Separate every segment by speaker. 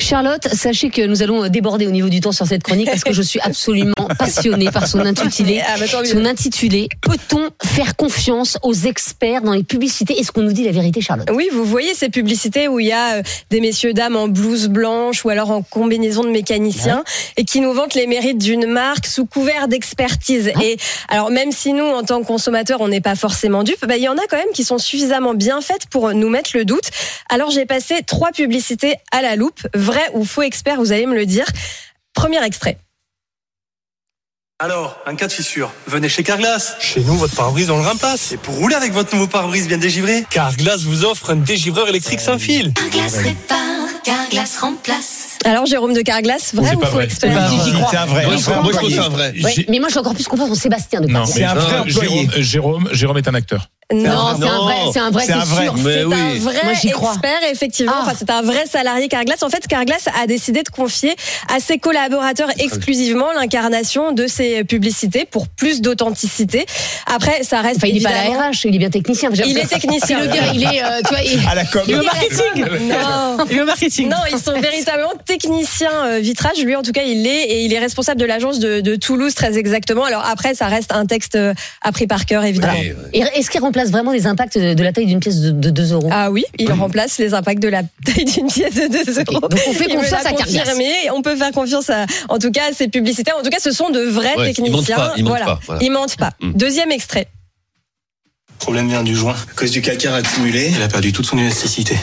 Speaker 1: Charlotte, sachez que nous allons déborder au niveau du temps sur cette chronique parce que je suis absolument passionnée par son intitulé.
Speaker 2: Ah, bah, tant mieux.
Speaker 1: Son intitulé Peut-on faire confiance aux experts dans les publicités Est-ce qu'on nous dit la vérité, Charlotte
Speaker 2: Oui, vous voyez ces publicités où il y a euh, des messieurs dames en blouse blanche ou alors en combinaison de mécanicien et qui nous vantent les mérites d'une marque sous couvert d'expertise. Et alors même si nous, en tant que consommateurs, on n'est pas forcément dupes, bah, il y en a quand même qui sont suffisamment bien faites pour nous mettre le doute. Alors j'ai passé trois publicités à la loupe, vrai ou faux expert, vous allez me le dire. Premier extrait.
Speaker 3: Alors, un cas de fissure, venez chez Carglass.
Speaker 4: Chez nous, votre pare-brise, on le remplace.
Speaker 3: Et pour rouler avec votre nouveau pare-brise bien dégivré,
Speaker 4: Car Glass vous offre un dégivreur électrique sans fil.
Speaker 3: Euh,
Speaker 5: Carglass répare, Carglass remplace.
Speaker 2: Alors Jérôme de Carglass, vrai ou faux expert
Speaker 1: J'y
Speaker 6: Ah, C'est un vrai.
Speaker 1: Moi, je crois.
Speaker 6: Moi, je trouve ça un vrai.
Speaker 1: Ouais, Mais moi, j'ai encore plus confiance en Sébastien de
Speaker 7: Non,
Speaker 1: Carglass.
Speaker 6: C'est
Speaker 7: mais
Speaker 6: un
Speaker 7: non,
Speaker 6: vrai employé.
Speaker 7: Jérôme, Jérôme, Jérôme est un acteur.
Speaker 1: Non, c'est un vrai, c'est un vrai,
Speaker 6: c'est un
Speaker 1: c'est
Speaker 6: vrai.
Speaker 1: sûr.
Speaker 2: C'est un vrai
Speaker 1: Moi, j'y crois.
Speaker 2: expert, effectivement.
Speaker 1: Ah.
Speaker 2: Enfin, c'est un vrai salarié Carglass. En fait, Carglass a décidé de confier à ses collaborateurs exclusivement l'incarnation de ses publicités pour plus d'authenticité. Après, ça reste
Speaker 1: Enfin, il est pas à
Speaker 2: évidemment-
Speaker 1: la RH, il est bien technicien.
Speaker 2: Il est technicien.
Speaker 1: Le gars, il est, euh, tu vois, il-
Speaker 6: À la com.
Speaker 2: marketing. Non. Non, ils sont véritablement techniciens euh, vitrage. Lui, en tout cas, il l'est et il est responsable de l'agence de, de Toulouse très exactement. Alors après, ça reste un texte euh, appris par cœur, évidemment.
Speaker 1: Et Est-ce qu'il remplace vraiment les impacts de de la taille d'une pièce de, de 2 euros
Speaker 2: Ah oui, il remplace les impacts de la taille d'une pièce de 2 euros.
Speaker 1: Donc, on fait
Speaker 2: Il me
Speaker 1: confiance
Speaker 2: l'a
Speaker 1: à Carglass.
Speaker 2: confirmé. On peut faire confiance à, en tout cas, à ces publicitaires. En tout cas, ce sont de vrais
Speaker 8: Ouais, ils
Speaker 2: techniciens.
Speaker 8: mentent pas, ils mentent
Speaker 2: voilà.
Speaker 8: pas, voilà.
Speaker 2: Ils mentent pas.
Speaker 8: Mm.
Speaker 2: Deuxième extrait.
Speaker 3: problème vient du joint.
Speaker 4: À cause du caca accumulé.
Speaker 3: Elle a perdu toute son élasticité.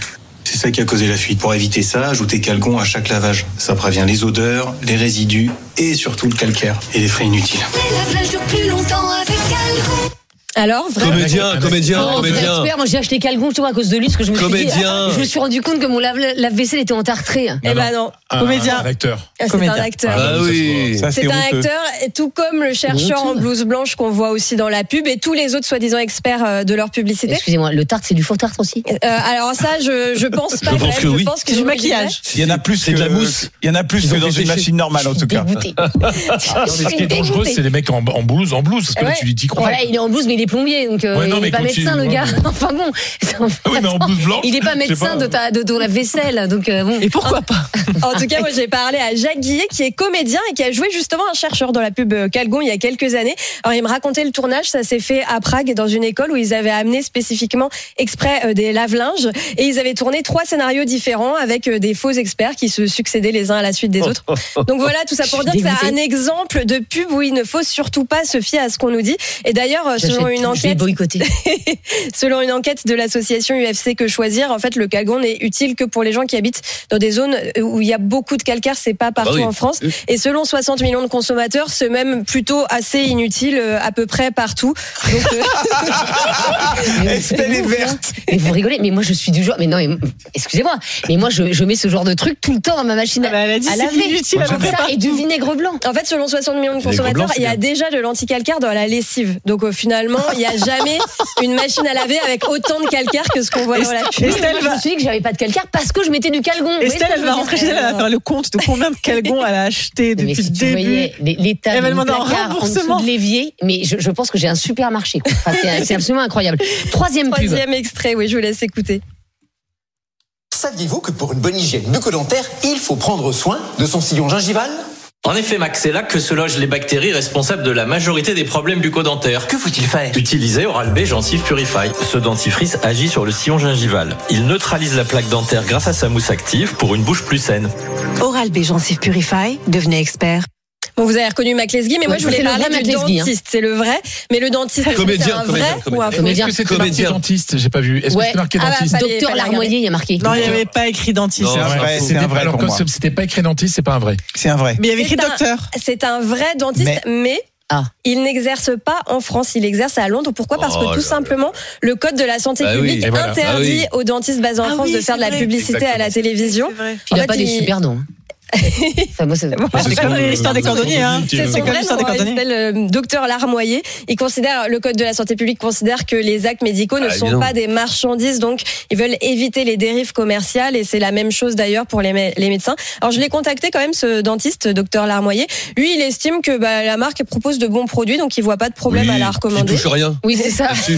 Speaker 3: C'est ça qui a causé la fuite. Pour éviter ça, ajoutez Calgon à chaque lavage. Ça prévient les odeurs, les résidus et surtout le calcaire et les frais inutiles.
Speaker 5: Les lave-linge durent plus longtemps avec Calgon.
Speaker 2: Alors, vrai.
Speaker 7: Un
Speaker 6: Comédien, comédien,
Speaker 1: Non, c'est
Speaker 6: comédien.
Speaker 1: expert. Moi, j'ai acheté Calgon, tu vois, à cause de lui, parce que je me suis dit,
Speaker 6: Comédien.
Speaker 1: je me suis rendu compte que mon lave- lave-vaisselle était entartré.
Speaker 2: Eh ben non,
Speaker 8: Ah.
Speaker 7: Un,
Speaker 2: Comédien.
Speaker 7: un acteur.
Speaker 2: c'est un acteur.
Speaker 7: Ah,
Speaker 6: Bah
Speaker 7: non, ça se
Speaker 6: oui.
Speaker 4: Ça,
Speaker 2: C'est
Speaker 4: c'est
Speaker 2: un
Speaker 4: honteux.
Speaker 2: acteur, et tout comme le chercheur en
Speaker 1: honteux.
Speaker 2: blouse blanche qu'on voit aussi dans la pub et tous les autres soi-disant experts euh, de leur publicité.
Speaker 1: Excusez-moi, le tarte, c'est du faux tarte aussi
Speaker 7: Ah,
Speaker 2: Euh, alors ça, je, je pense pas.
Speaker 8: Je pense
Speaker 2: Joël,
Speaker 8: que oui.
Speaker 2: Je pense que je maquillage.
Speaker 6: Il y en a plus
Speaker 4: C'est de la mousse.
Speaker 6: Il y en a plus
Speaker 4: Ils
Speaker 6: que
Speaker 4: ont
Speaker 6: dans
Speaker 4: fait
Speaker 6: une
Speaker 4: sécher.
Speaker 6: machine normale en tout cas.
Speaker 1: Dégoûté.
Speaker 7: Non, mais ce qui est dangereux, c'est les mecs en, en blouse, en blouse, parce que là,
Speaker 2: Ouais.
Speaker 7: tu dis, t'y crois.
Speaker 1: Voilà, il est en blouse, mais il est plombier, donc euh,
Speaker 7: Ouais, non,
Speaker 1: il
Speaker 7: mais
Speaker 1: est pas
Speaker 7: continue,
Speaker 1: médecin, le
Speaker 7: ouais.
Speaker 1: gars. Enfin bon, c'est un peu
Speaker 7: Ah oui, mais en blouse blanche.
Speaker 1: Il n'est pas
Speaker 7: je sais
Speaker 1: médecin
Speaker 7: pas.
Speaker 1: de, ta, de, de la vaisselle, donc euh, bon. Et pourquoi pas
Speaker 2: En tout cas, moi j'ai parlé à Jacques Guillet qui est comédien et qui a joué justement un chercheur dans la pub euh, Calgon il y a quelques années. Alors il me racontait le tournage, ça s'est fait à Prague dans une école où ils avaient amené spécifiquement exprès euh, des lave-linges et ils avaient tourné trois scénarios différents avec euh, des faux experts qui se succédaient les uns à la suite des autres. Donc voilà, tout ça pour
Speaker 1: Je
Speaker 2: dire
Speaker 1: suis
Speaker 2: que c'est un
Speaker 1: dégoûtée.
Speaker 2: exemple de pub où il ne faut surtout pas se fier à ce qu'on nous dit. Et d'ailleurs, euh, selon une
Speaker 1: Ah, Je vais
Speaker 2: enquête,
Speaker 1: boycotter.
Speaker 2: Selon une enquête de l'association UFC Que Choisir, en fait, le calgon n'est utile que pour les gens qui habitent dans des zones euh, où il y a beaucoup de calcaire, c'est pas partout
Speaker 8: oui.
Speaker 2: en France. Et selon 60 millions de consommateurs, c'est même plutôt assez inutile euh, à peu près partout. Donc, euh,
Speaker 1: Mais vous-
Speaker 6: Estelle est verte.
Speaker 1: hein. Mais vous rigolez, mais moi je suis du genre. Mais non, mais- excusez-moi, mais moi je, je mets ce genre de truc tout le temps à ma machine
Speaker 9: Ah bah,
Speaker 1: à, à laver.
Speaker 7: Moi, j'aime
Speaker 1: Ça, et du vinaigre blanc.
Speaker 2: en fait, selon 60 millions de
Speaker 7: gros
Speaker 2: consommateurs,
Speaker 7: blancs, c'est
Speaker 2: il y a déjà de l'anticalcaire dans la lessive. Donc, euh, finalement, il n'y a jamais une machine à laver avec autant de calcaire que ce qu'on voit dans la pub.
Speaker 1: Moi, je me suis dit que j'avais pas de calcaire parce que je mettais du calgon.
Speaker 9: Estelle, elle va rentrer chez elle, elle va faire le compte de combien de calgon elle a acheté
Speaker 1: Mais
Speaker 9: depuis
Speaker 1: si
Speaker 9: le
Speaker 1: tu
Speaker 9: début.
Speaker 1: voyais les- l'état
Speaker 9: Elle
Speaker 1: de
Speaker 9: va
Speaker 1: mon
Speaker 9: demander un
Speaker 1: placard en dessous
Speaker 9: remboursement.
Speaker 1: de l'évier, mais je, je pense que j'ai un supermarché. quoi. Enfin, c'est c'est absolument incroyable. Troisième, pub.
Speaker 2: Troisième extrait, oui, je vous laisse écouter.
Speaker 4: Saviez-vous que pour une bonne hygiène bucco-dentaire, il faut prendre soin de son sillon gingival
Speaker 8: En effet, Max, c'est là que se logent les bactéries responsables de la majorité des problèmes bucco-dentaires.
Speaker 4: Que faut-il faire
Speaker 8: Utilisez Oral-B Gencive Purify. Ce dentifrice agit sur le sillon gingival. Il neutralise la plaque dentaire grâce à sa mousse active pour une bouche plus saine.
Speaker 10: Oral-B Gencive Purify, devenez expert.
Speaker 2: Bon, vous avez reconnu Mac Lesguy, mais moi
Speaker 1: Ouais,
Speaker 2: je voulais
Speaker 1: c'est le vrai
Speaker 2: parler
Speaker 1: Mac
Speaker 2: du
Speaker 1: Lesguy, hein.
Speaker 2: dentiste. C'est le vrai, mais le dentiste, est-ce que c'est
Speaker 8: Comédien,
Speaker 2: un vrai
Speaker 8: comédien,
Speaker 2: ou un
Speaker 8: comédien.
Speaker 2: faux
Speaker 1: Comédien.
Speaker 7: Est-ce que c'était marqué
Speaker 8: Comédien.
Speaker 7: dentiste J'ai pas vu. Est-ce
Speaker 1: Ouais.
Speaker 7: que c'était marqué
Speaker 2: Ah bah,
Speaker 7: dentiste
Speaker 2: fallait-
Speaker 1: Docteur
Speaker 2: fallait
Speaker 1: Larmoyer, il y a marqué.
Speaker 9: Non, il n'y avait pas écrit dentiste.
Speaker 6: C'est
Speaker 8: Non,
Speaker 6: un
Speaker 8: c'est
Speaker 6: vrai,
Speaker 8: faux.
Speaker 6: c'est un vrai
Speaker 7: Alors
Speaker 6: pour
Speaker 7: que
Speaker 6: moi.
Speaker 7: c'était pas écrit dentiste, c'est pas un vrai.
Speaker 6: C'est un vrai.
Speaker 9: Mais il y avait écrit
Speaker 2: C'est un-
Speaker 9: docteur.
Speaker 2: C'est un vrai dentiste, mais
Speaker 1: Ah.
Speaker 2: il n'exerce pas en France, il exerce à Londres. Pourquoi Parce que
Speaker 8: Oh
Speaker 2: tout
Speaker 8: là
Speaker 2: simplement, le code de la santé
Speaker 8: Bah oui,
Speaker 2: publique
Speaker 7: et voilà.
Speaker 2: interdit
Speaker 8: Ah oui.
Speaker 2: aux dentistes basés en
Speaker 9: Ah
Speaker 2: France
Speaker 9: oui,
Speaker 2: de faire de
Speaker 9: c'est
Speaker 2: la
Speaker 9: vrai.
Speaker 2: publicité à la
Speaker 7: Exactement.
Speaker 2: télévision.
Speaker 9: C'est vrai.
Speaker 1: Il
Speaker 2: En
Speaker 1: n'a
Speaker 2: fait,
Speaker 1: pas des
Speaker 2: il-
Speaker 1: super dons. Enfin, moi, c'est-
Speaker 9: Bon, C'est comme l'histoire des cordonniers, hein.
Speaker 2: C'est son
Speaker 9: comme
Speaker 2: vrai
Speaker 9: l'histoire des
Speaker 2: nom, hein, il
Speaker 9: cordonniers.
Speaker 2: s'appelle euh, docteur Larmoyer. Il considère, le code de la santé publique considère que les actes médicaux ne
Speaker 8: Ah,
Speaker 2: sont
Speaker 8: évidemment.
Speaker 2: pas des marchandises, donc ils veulent éviter les dérives commerciales et c'est la même chose d'ailleurs pour les, mé- les médecins. Alors je l'ai contacté quand même ce dentiste, docteur Larmoyer. Lui, il estime que bah, la marque propose de bons produits, donc il voit pas de problème
Speaker 6: Oui,
Speaker 2: à la
Speaker 6: Qui
Speaker 2: recommander.
Speaker 6: touche rien.
Speaker 1: Oui, c'est ça.
Speaker 6: Là-dessus.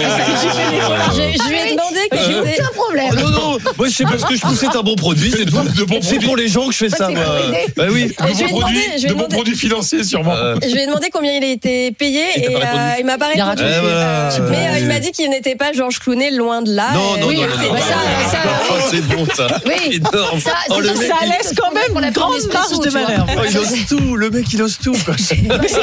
Speaker 2: Je, je lui ai demandé
Speaker 1: Ah oui,
Speaker 2: quel était-
Speaker 1: Aucun problème.
Speaker 6: Oh non, non, moi je sais parce que je trouve que c'est un bon produit, c'est tout. C'est pour les gens que je fais
Speaker 1: Moi,
Speaker 6: ça,
Speaker 1: c'est
Speaker 6: moi.
Speaker 1: pour aider.
Speaker 6: Bah oui.
Speaker 2: Ah, Je lui ai
Speaker 7: De bons
Speaker 2: demandé-
Speaker 7: produits,
Speaker 2: je lui ai
Speaker 7: de bons
Speaker 2: demandé-
Speaker 7: produits financiers, sûrement.
Speaker 6: Euh,
Speaker 2: Je lui ai demandé combien il était payé
Speaker 6: Il t'a
Speaker 2: et
Speaker 6: pas répondu.
Speaker 2: euh, il m'a pas
Speaker 1: Il a
Speaker 2: répondu.
Speaker 1: raconté.
Speaker 6: Eh ben,
Speaker 2: Mais euh,
Speaker 6: euh,
Speaker 2: il m'a dit qu'il n'était pas Georges Clooney, loin de là.
Speaker 6: Non,
Speaker 2: Euh,
Speaker 6: non,
Speaker 1: Oui,
Speaker 6: non,
Speaker 1: c'est
Speaker 6: non, non.
Speaker 1: ça, ça,
Speaker 6: Oh,
Speaker 1: oui.
Speaker 6: c'est bon ça.
Speaker 1: Oui.
Speaker 6: Énorme.
Speaker 1: Ça,
Speaker 6: Oh,
Speaker 1: c'est
Speaker 6: le
Speaker 1: ça,
Speaker 6: mec,
Speaker 9: Ça laisse quand même
Speaker 1: Pour la
Speaker 9: une grande
Speaker 1: première
Speaker 9: marge
Speaker 1: expression,
Speaker 9: de
Speaker 1: tu vois.
Speaker 9: manœuvre.
Speaker 6: oh, il ose tout, le mec il ose tout. quoi.
Speaker 9: Mais c'est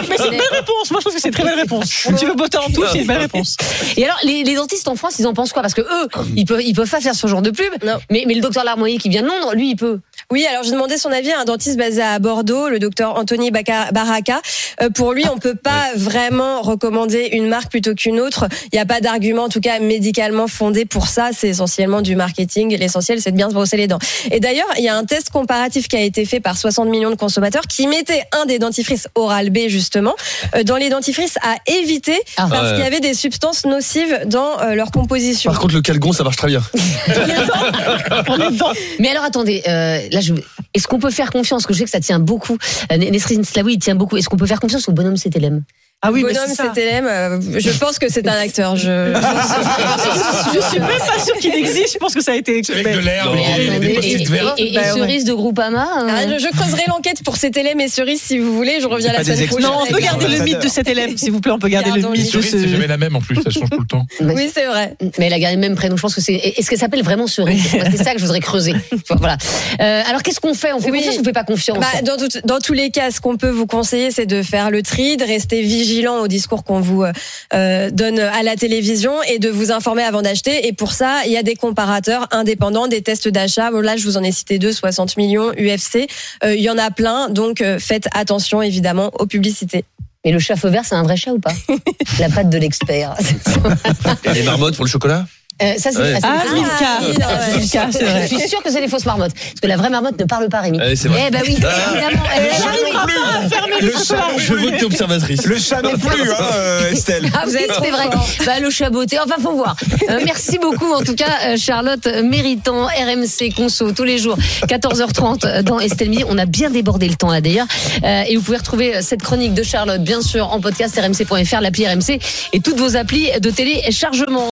Speaker 9: mais c'est une belle réponse. Moi, je trouve que c'est une très belle réponse. Tu veux botter en tout, c'est une belle réponse.
Speaker 1: Et alors, les, les dentistes en France, ils en pensent quoi Parce que eux, ils peuvent, ils peuvent pas faire ce genre de pub.
Speaker 2: Non.
Speaker 1: Mais, mais le docteur Larmoyer qui vient de Londres, lui, il peut.
Speaker 2: Oui, alors j'ai demandé son avis à un dentiste basé à Bordeaux, le docteur Anthony Baca- Baraka. Euh, pour lui, on peut pas vraiment recommander une marque plutôt qu'une autre. Il n'y a pas d'argument, en tout cas médicalement fondé pour ça. C'est essentiellement du marketing. L'essentiel, c'est de bien se brosser les dents. Et d'ailleurs, il y a un test comparatif qui a été fait par 60 millions de consommateurs qui mettait un des dentifrices Oral B justement euh, dans les dentifrices à éviter
Speaker 1: Ah.
Speaker 2: parce
Speaker 6: Ouais.
Speaker 2: qu'il y avait des substances nocives dans euh, leur composition.
Speaker 6: Par contre, le calgon ça marche très bien.
Speaker 1: Mais alors, attendez, euh, là, je... est-ce qu'on peut faire confiance Parce Que je sais que ça tient beaucoup. Euh, Nesrine Slaoui, il tient beaucoup. Est-ce qu'on peut faire confiance au bonhomme CTLM
Speaker 2: Oh,
Speaker 9: Ah oui, mais
Speaker 2: Bonhomme
Speaker 9: c'est ça.
Speaker 2: CTLM, euh, je pense que c'est un acteur. Je...
Speaker 9: Je suis même pas sûr qu'il existe. Je pense que ça a été.
Speaker 7: Avec de l'herbe,
Speaker 6: Non.
Speaker 7: et des-
Speaker 1: Attendez,
Speaker 7: des
Speaker 1: et,
Speaker 7: post-it verts.
Speaker 1: et- et- et
Speaker 9: Bah, ouais.
Speaker 1: cerise de Groupama hein.
Speaker 2: Ah, je, je creuserai l'enquête pour CTLM et Cerise si vous voulez. Je reviens la semaine prochaine.
Speaker 9: Non, on peut garder le mythe de cet élève, s'il vous plaît. On peut garder le
Speaker 2: Gardons le
Speaker 9: mythe de
Speaker 7: Cerise, c'est
Speaker 9: ce.
Speaker 7: jamais la même en plus, ça change tout le temps.
Speaker 2: Oui, c'est vrai.
Speaker 1: Mais elle a gardé le même prénom. Je pense que c'est. Est-ce qu'elle s'appelle vraiment Cerise Moi, C'est ça que je voudrais creuser. Tu vois, Voilà. Euh, alors, qu'est-ce qu'on fait On fait
Speaker 2: Oui.
Speaker 1: confiance ou on fait pas confiance
Speaker 2: Bah, dans, tout- dans tous les cas, ce qu'on peut vous conseiller, c'est de faire le tri, de rester vigilant au discours qu'on vous euh, euh, donne à la télévision et de vous informer avant d'acheter. Et pour ça, il y a des comparateurs indépendants, des tests d'achat. Bon, là, je vous en ai cité deux, 60 millions, UFC. Euh, Il y en a plein, donc euh, faites attention évidemment aux publicités.
Speaker 1: Mais le chat feu vert, c'est un vrai chat ou pas La patte de l'expert.
Speaker 6: Et les marmottes pour le chocolat
Speaker 1: Euh, ça, c'est.
Speaker 6: Ouais.
Speaker 1: ah, c'est-
Speaker 9: Ah, Milka.
Speaker 2: oui, non, ouais.
Speaker 9: Milka, c'est
Speaker 1: Je
Speaker 9: vrai.
Speaker 1: suis sûre que c'est les fausses marmottes. Parce que la vraie marmotte ne parle pas, Rémi.
Speaker 6: Ouais, c'est vrai. Ah.
Speaker 1: Eh ben oui, évidemment. Eh ben oui.
Speaker 6: Je vote observatrice.
Speaker 11: Le chat non plus, hein, euh, Estelle.
Speaker 1: Ah, vous êtes c'est vrai. Bah, le chaboté. Enfin, faut voir. Euh, merci beaucoup, en tout cas, euh, Charlotte Méritant, RMC Conso, tous les jours, 14h30 euh, dans Estelle Midi. On a bien débordé le temps, là, d'ailleurs. Euh, et vous pouvez retrouver cette chronique de Charlotte, bien sûr, en podcast rmc.fr, l'appli RMC et toutes vos applis de téléchargement.